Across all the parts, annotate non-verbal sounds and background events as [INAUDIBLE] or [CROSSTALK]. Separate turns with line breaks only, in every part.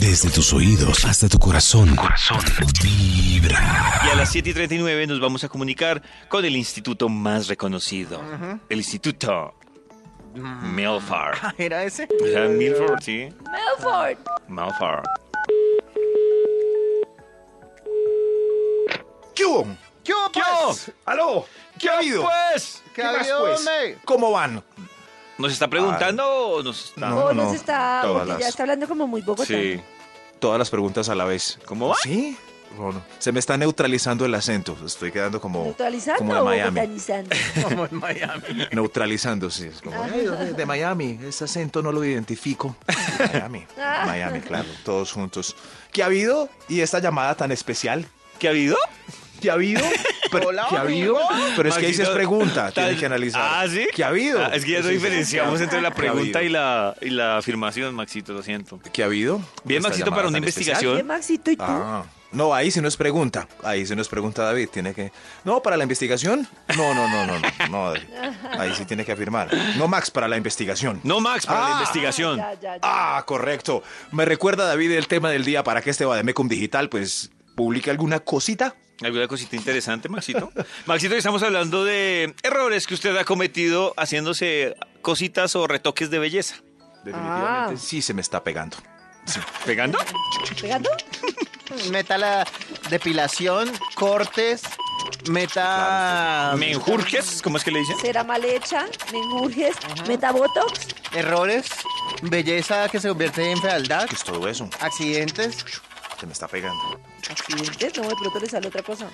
Desde tus oídos hasta tu corazón. Corazón. Vibra.
Y a las 7 y 39 nos vamos a comunicar con el instituto más reconocido. El instituto
Mm.
Milford.
[LAUGHS] ¿Era ese?
Era Milford, sí.
Melford.
Milford.
¿Qué hubo?
¿Qué hubo,
¿Qué
pues?
hubo? ¿Aló? ¿Qué ha habido?
Pues,
¿Qué
más,
había,
pues? [LAUGHS]
hombre?
¿Cómo van?
¿nos está preguntando o nos está.?
No,
o
no,
nos está,
todas
porque ya
las-
está hablando como muy bogotá.
Sí.
Todas las preguntas a la vez.
¿Cómo va?
¿Sí? Bueno, se me está neutralizando el acento. Estoy quedando como
¿Neutralizando
Como de
o
Miami. [LAUGHS]
botanizando?
Como en Miami.
neutralizándose. Es como, "Ay, de de Miami, ese acento no lo identifico. De Miami,
Ah.
Miami, claro, todos juntos. ¿Qué ha habido? Y esta llamada tan especial.
¿Qué ha habido?
¿Qué ha habido? Pero,
Hola,
¿Qué ha habido? Pero es que ahí se
Maxito,
pregunta, tiene
tal-
que analizar.
Ah, ¿sí?
¿Qué ha habido?
Ah, es que ya no
Sí, sí, sí.
diferenciamos entre la
¿Qué ha
pregunta y
habido?
la, y la afirmación, Maxito, lo siento.
¿Qué ha habido?
Bien,
Esta
Maxito,
llamada
para una
tan especial.
investigación.
¿Qué, Maxito? ¿Y tú?
Ah, no, ahí sí nos pregunta. Ahí sí nos pregunta David. Tiene que. No, para la investigación. No, no, no, no, no. no David. Ahí sí tiene que afirmar. No, Max, para la investigación.
No, Max, para la
Ah.
investigación.
Ya, ya, ya.
Ah, correcto. Me recuerda David el tema del día para que este Bademecum Digital, pues, publique alguna cosita.
¿Alguna cosita interesante, Maxito? [LAUGHS] Maxito, estamos hablando de errores que usted ha cometido haciéndose cositas o retoques de belleza.
Definitivamente sí se me está pegando.
¿Pegando?
¿Pegando?
Meta la depilación, cortes,
Ah,
meta
¿Menjurjes? ¿Cómo es que le dicen?
¿Será mal hecha? ¿Mengurjes? ¿Metabotox?
mm, errores, belleza que se convierte en fealdad,
¿Qué es todo eso?
accidentes.
Se me está pegando.
¿Accidentes? No, de pronto le sale otra cosa.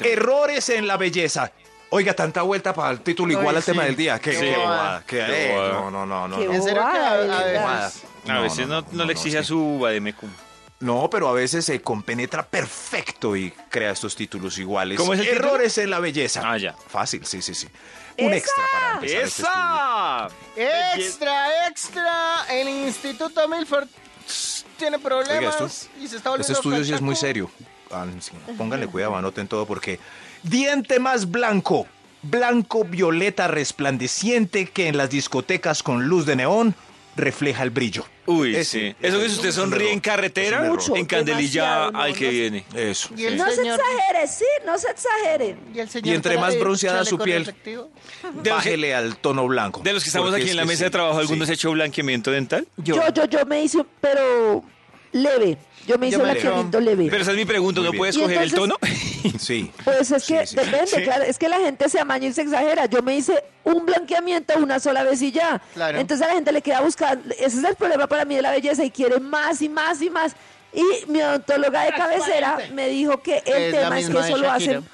Errores en la belleza. Oiga, tanta vuelta para el título igual
Ay,
al tema
sí.
del día. Qué,
Sí.
qué bobada, qué-
Qué
eh,
bobada.
No, no, no, no.
Qué
no.
En serio que a,
Ay,
a
de
veces-
verdad.
A veces no, no, le exige
sí.
a su Bademecum.
No, pero a veces se compenetra perfecto y crea estos títulos iguales.
¿Cómo es el título?
Errores en la belleza.
Ah, ya.
Fácil, sí, sí, sí. Un
¡Esa!
extra para empezar este estudio.
¡Esa!
Extra, extra. El Instituto Milford tiene
Oiga,
problemas
esto,
y se está
este
volviendo
estudio sí es muy
flaco.
serio. Ah, sí, Pónganle cuidado, anoten todo porque... Diente más blanco. Blanco violeta resplandeciente que en las discotecas con luz de neón refleja el brillo.
Uy,
Ese-
sí. Eso que si
ese
usted
es un
sonríe en
error.
carretera,
Es un error.
en candelilla
Demasiado, no,
al que
no sé.
viene.
Eso.
Y el
No se
señor-
exagere, sí, no se exagere.
Y, el señor
entre
con la-
más
el
bronceada su
chaleco
piel.
reflectivo.
que-
Bájele al tono blanco.
De los que estamos
porque
aquí
es
en la
que
mesa
sí,
de trabajo,
sí.
¿alguno se ha hecho blanqueamiento dental?
Yo, yo, yo me hice, un- pero leve. Yo me hice
Yo
un
me
blanqueamiento leve.
Pero esa es mi pregunta,
Muy
¿no
bien.
puedes
Y
coger el tono?
entonces- [LAUGHS]
Sí.
Pues es que
Sí, sí, sí.
depende, claro, es que la gente se amaña y se exagera. Yo me hice un blanqueamiento una sola vez y ya.
Claro.
Entonces a la gente le queda buscando, ese es el problema para mí de la belleza y quiere más y más y más. Y mi odontóloga de cabecera me dijo que el
Es la
tema es que
misma de
eso lo
Shakira.
hacen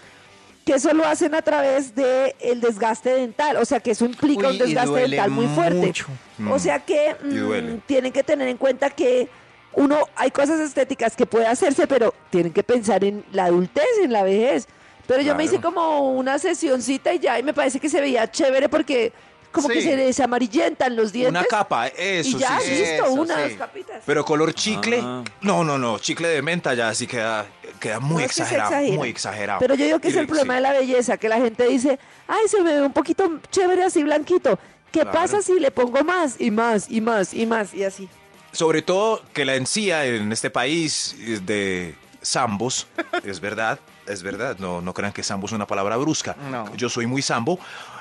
que eso lo hacen a través de el desgaste dental, o sea que eso implica
Uy,
un
y
desgaste
duele
dental muy fuerte.
mucho.
Mm.
O sea que
Y duele.
mm, tienen que tener en cuenta que uno hay cosas estéticas que puede hacerse, pero tienen que pensar en la adultez, en la vejez. Pero yo me hice
Claro.
como una sesioncita y ya, y me parece que se veía chévere porque como que
Sí.
se desamarillentan los dientes.
Una capa, eso
y ya,
sí. sí.
listo,
Eso,
una,
sí.
dos capitas.
Pero color chicle,
Ah.
no, no, no, chicle de menta ya así queda, queda muy
No, es que se
exagerado,
exagera.
muy exagerado.
Pero yo digo que es
Y-
el problema de
sí.
la belleza, que la gente dice, ay, se me ve un poquito chévere así blanquito. ¿Qué
Claro.
pasa si le pongo más y más y más y más y así?
Sobre todo que la encía en este país es de zambos, es verdad, es verdad, no, no crean que sambo es una palabra brusca.
No.
Yo soy muy sambo.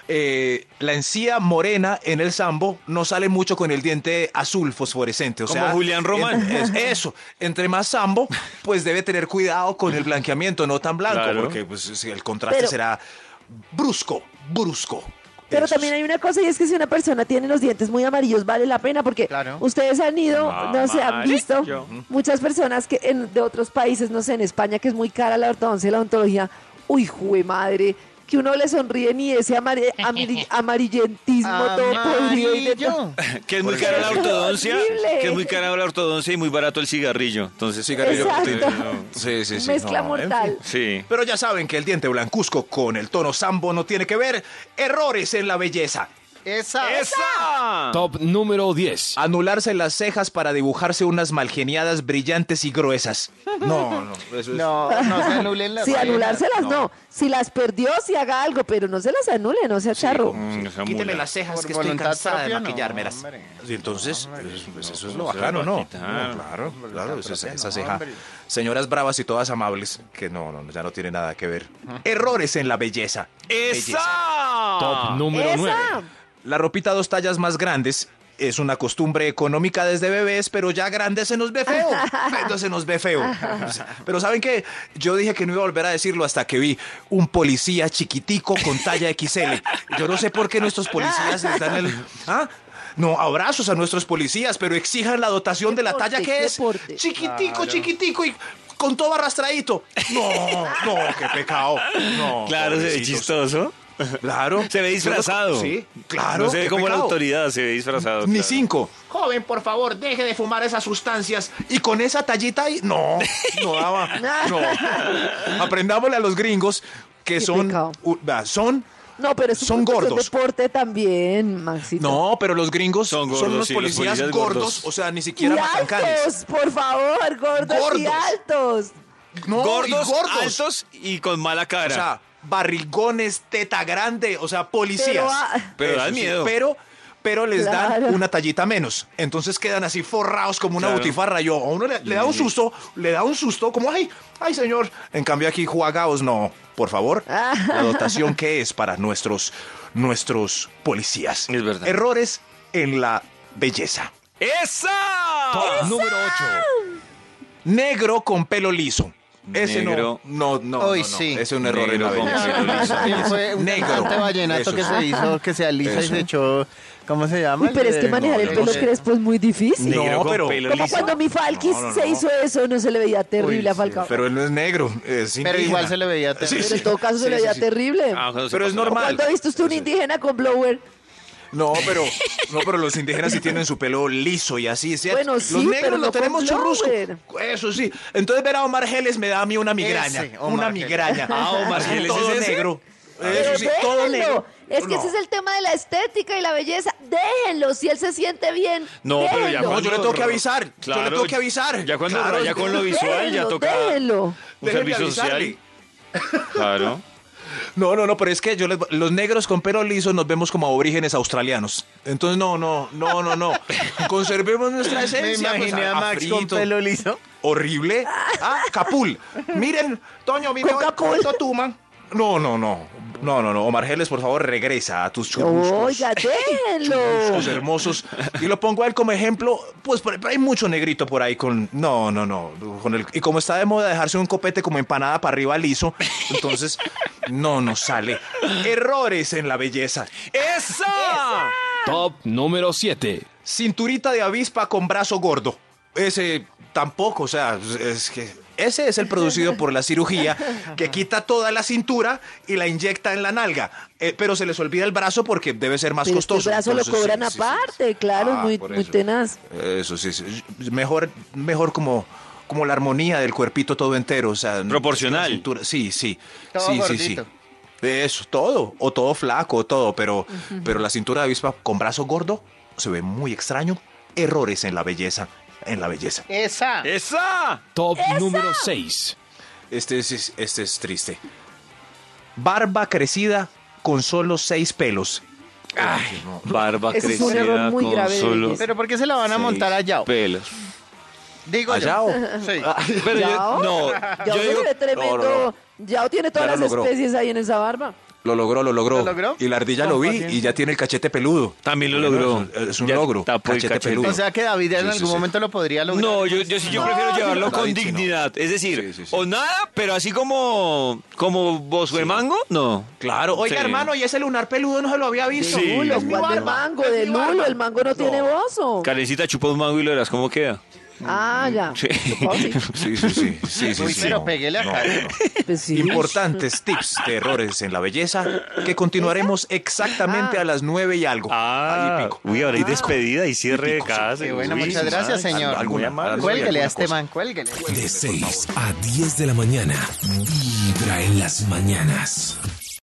Eh, la encía morena en el sambo no sale mucho con el diente azul fosforescente. O
Como
sea,
Julián Román.
en- [LAUGHS] es- eso, entre más sambo, pues debe tener cuidado con el blanqueamiento, no tan blanco,
Claro.
porque pues, sí, el contraste
Pero-
será brusco, brusco.
Pero
Eso
también
sí.
hay una cosa y es que si una persona tiene los dientes muy amarillos vale la pena porque
Claro.
ustedes han ido, no se han visto
Amarillo.
muchas personas que en- de otros países, no sé, en España que es muy cara la ortodoncia y la odontología, uy, jue madre, que uno le sonríe y ese amari- amari- amarillentismo todo podrido y de todo. [LAUGHS]
Amarillo.
que es
Por
muy
eso-
cara la ortodoncia,
Horrible.
que es muy cara la ortodoncia y muy barato el cigarrillo. Entonces,
Cigarrillo
Exacto.
potente, no. Sí, sí, sí,
Mezcla
no,
mortal.
sí.
Pero ya saben que el diente blancuzco con el tono sambo no tiene que ver. Errores en la belleza.
Esa.
¡Esa!
Top número 10.
Anularse las cejas para dibujarse unas malgeniadas brillantes y gruesas. No, no, eso es-
No, no se anulen las
Sí,
cejas.
anulárselas
no.
no. Si las perdió, si haga algo, pero no se las anule, no sea charro.
Mm, esa
Quíteme
mula.
las cejas
Por
que estoy
voluntad
cansada de
propia, no,
maquillármelas.
hombre.
Y entonces, pues, pues, eso es lo
no se la
bacano,
va a
¿no?
quitar.
No, Claro, claro, esa,
propia,
esa
no,
ceja.
hombre.
Señoras bravas y todas amables, que no, no, ya no tiene nada que ver. Errores en la belleza. Belleza.
¡Esa!
Top número 9.
Esa.
La ropita dos tallas más grandes es una costumbre económica desde bebés, pero ya grande se nos
[LAUGHS]
ve feo. Pero se nos ve feo. Pero ¿saben qué? Yo dije que no iba a volver a decirlo hasta que vi un policía chiquitico con talla XL. Yo no sé por qué nuestros policías les dan el... ¿Ah? No, abrazos a nuestros policías, pero exijan la dotación de la
Deporte,
talla que es.
deporte.
Chiquitico, chiquitico y con todo arrastradito. No, no, qué pecado. No,
Claro, se ve
pobrecitos.
chistoso. [LAUGHS]
Claro.
Se ve disfrazado.
Sí, claro.
No se ve
qué
como la
pecado.
autoridad, se ve disfrazado.
Ni
claro.
cinco. Joven, por favor, deje de fumar esas sustancias. Y con esa tallita ahí. No, no daba. [LAUGHS] No. Aprendámosle a los gringos que
Qué
son.
pecado.
u- ah, son.
No, pero eso
Son
porque eso es
gordos.
deporte también, Maxito.
No, pero los gringos
Son
son,
gordos,
unos
sí, los
policías,
policías
gordos,
gordos.
O sea, ni
Y
siquiera matancanes.
altos, por favor, gordos, y
Gordos.
altos.
No, y
Gordos, altos y con mala
O
cara.
sea, barrigones, teta grande. O sea, policías.
Pero, ah,
Pero
Eso
dan
sí,
miedo.
Pero, pero les
Claro.
dan una tallita menos. Entonces quedan así forrados como una
Claro.
butifarra. Yo, a uno le, le da un susto, le da un susto, como ay, ay señor. En cambio aquí jugaos, no, por
[LAUGHS]
favor. La dotación que es para nuestros, nuestros policías.
Es verdad.
Errores en la belleza.
¡Esa!
Top número 8.
Negro con pelo liso. Ese
Negro.
no, no, no,
Uy,
no, no.
sí.
Ese es un error
Negro
en
con
la belleza.
pelo liso.
Sí, fue un
Negro.
cantante
Eso
vallenato que
sí.
se hizo, que se alisa y
Eso.
se echó. ¿Cómo se llama?
Uy, pero es que
Eh,
manejar el
no,
pelo
no sé.
crespo es muy difícil.
Negro
No,
con
pero-
pelo
Como
liso.
cuando mi Falquis
No, no,
se
no.
hizo eso, no se le veía terrible
Uy,
a
sí,
Falcao. pero,
Pero él no es negro. es
Pero igual
indígena.
se le veía terrible.
sí.
en todo caso se
Sí,
le
sí,
veía
sí.
terrible.
Ah, cuando se
Pero es
pasó.
normal.
¿Cuándo viste usted un indígena con
Eh,
blower?
No, pero, no, pero los indígenas sí tienen su pelo liso y así, ¿cierto?
Bueno,
los
sí,
negros
pero
lo
no con
tenemos churrusco.
blower.
Eso sí. Entonces ver a Omar Geles me da a mí una migraña.
Ese, Omar
una
Geles.
migraña.
Ah, Omar Geles
Todo
es ese.
negro.
Pero
Eso sí, todo
déjenlo.
negro.
Es que
No.
ese es el tema de la estética y la belleza. Déjenlo, si él se siente bien.
No, pero ya
déjenlo.
No, yo le tengo que avisar.
Claro,
yo le tengo que avisar.
Ya cuando
Claro,
ya con lo visual ya
Déjenlo,
toca
déjenlo.
un
Déjenme
servicio social.
avisarle. [LAUGHS]
Claro.
No, no, no, pero es que yo les- los negros con pelo liso nos vemos como aborígenes australianos. Entonces, no, no, no,
[LAUGHS]
no, no. Conservemos nuestra
Me
esencia. pues,
imaginé a Max con
frito.
pelo liso.
horrible. Ah, Capul. Miren, Toño, miren
Con
hoy
Capul.
cuánto tuman. No, no, no. No, no, no. Omar Geles, por favor, regresa a tus churruscos.
Oiga, déjenlo.
Churruscos hermosos. Y lo pongo a él como ejemplo. Pues por- hay mucho negrito por ahí con. No, no, no. con el- y como está de moda dejarse un copete como empanada para arriba liso, entonces no nos sale. Errores en la belleza.
¡Esa!
Top número 7.
Cinturita de avispa con brazo gordo. Ese tampoco, o sea, es que ese es el producido por la cirugía que quita toda la cintura y la inyecta en la nalga, Eh, pero se les olvida el brazo porque debe ser más
Pero es que
costoso.
el brazo lo
Entonces,
cobran
sí, sí, sí,
aparte,
sí.
claro, es
Ah,
muy,
por
muy
eso.
tenaz.
Eso sí, sí. mejor mejor como como la armonía del cuerpito todo entero, o sea, no-
Proporcional.
la cintura- Sí, sí.
Todo
sí, sí, sí.
gordito.
De eso, todo, o todo flaco, o todo, pero, pero la cintura de avispa con brazo gordo se ve muy extraño. Errores en la belleza, en la belleza.
Esa.
¡Esa!
Top número 6.
Este es, este es triste. Barba crecida con solo seis pelos.
Barba
Ese es un
crecida
error muy
con
grave de
solo
belleza.
Pero ¿por qué se la van a montar
seis
a Yao?
Pelos.
Digo
¿A
yo.
Yao?
Sí.
[LAUGHS]
Ah,
Pero yo,
Yao.
no,
Yao
yo
se
digo,
ve tremendo.
no,
Yao tiene todas
Ya lo
las
logró.
especies ahí en esa barba.
Lo logró, lo logró.
¿Lo logró?
Y la ardilla
Con
lo vi
paciencia.
y ya tiene el cachete peludo.
También lo
Bueno,
logró.
Es un, es un
Ya
logro.
tapó el cachete.
peludo.
O sea que David en
Sí, sí,
algún
sí.
momento lo podría lograr.
No, yo, yo, sí- yo prefiero llevarlo
no.
con
David, sí, no.
dignidad. Es decir,
Sí, sí, sí.
o nada, pero así como, como vos fue mango, no.
Claro. Oiga,
Sí.
hermano, y ese lunar peludo no se lo había visto.
[LAUGHS] Sí.
Lulo,
Es mi
¿cuál del
barba,
mango?
es
De
mi barba.
Lulo, el mango no, tiene bozo.
Carecita chupa un mango y lo verás cómo queda.
Ah, ya.
Sí.
Chupado, sí.
Sí, sí, sí. sí, sí,
Uy,
sí.
pero pégale acá.
Pues sí.
Importantes tips de errores en la belleza que continuaremos exactamente
Ah.
a las nueve y algo. Ahí
Ah,
pico.
uy, ahora hay despedida y cierre de casa.
Qué bueno,
Uy,
muchas
madre,
gracias, señor.
Muy amable.
Cuélguele a
alguna
este
cosa.
man, cuélguele.
De 6 a 10 de la mañana. Vibra en las mañanas.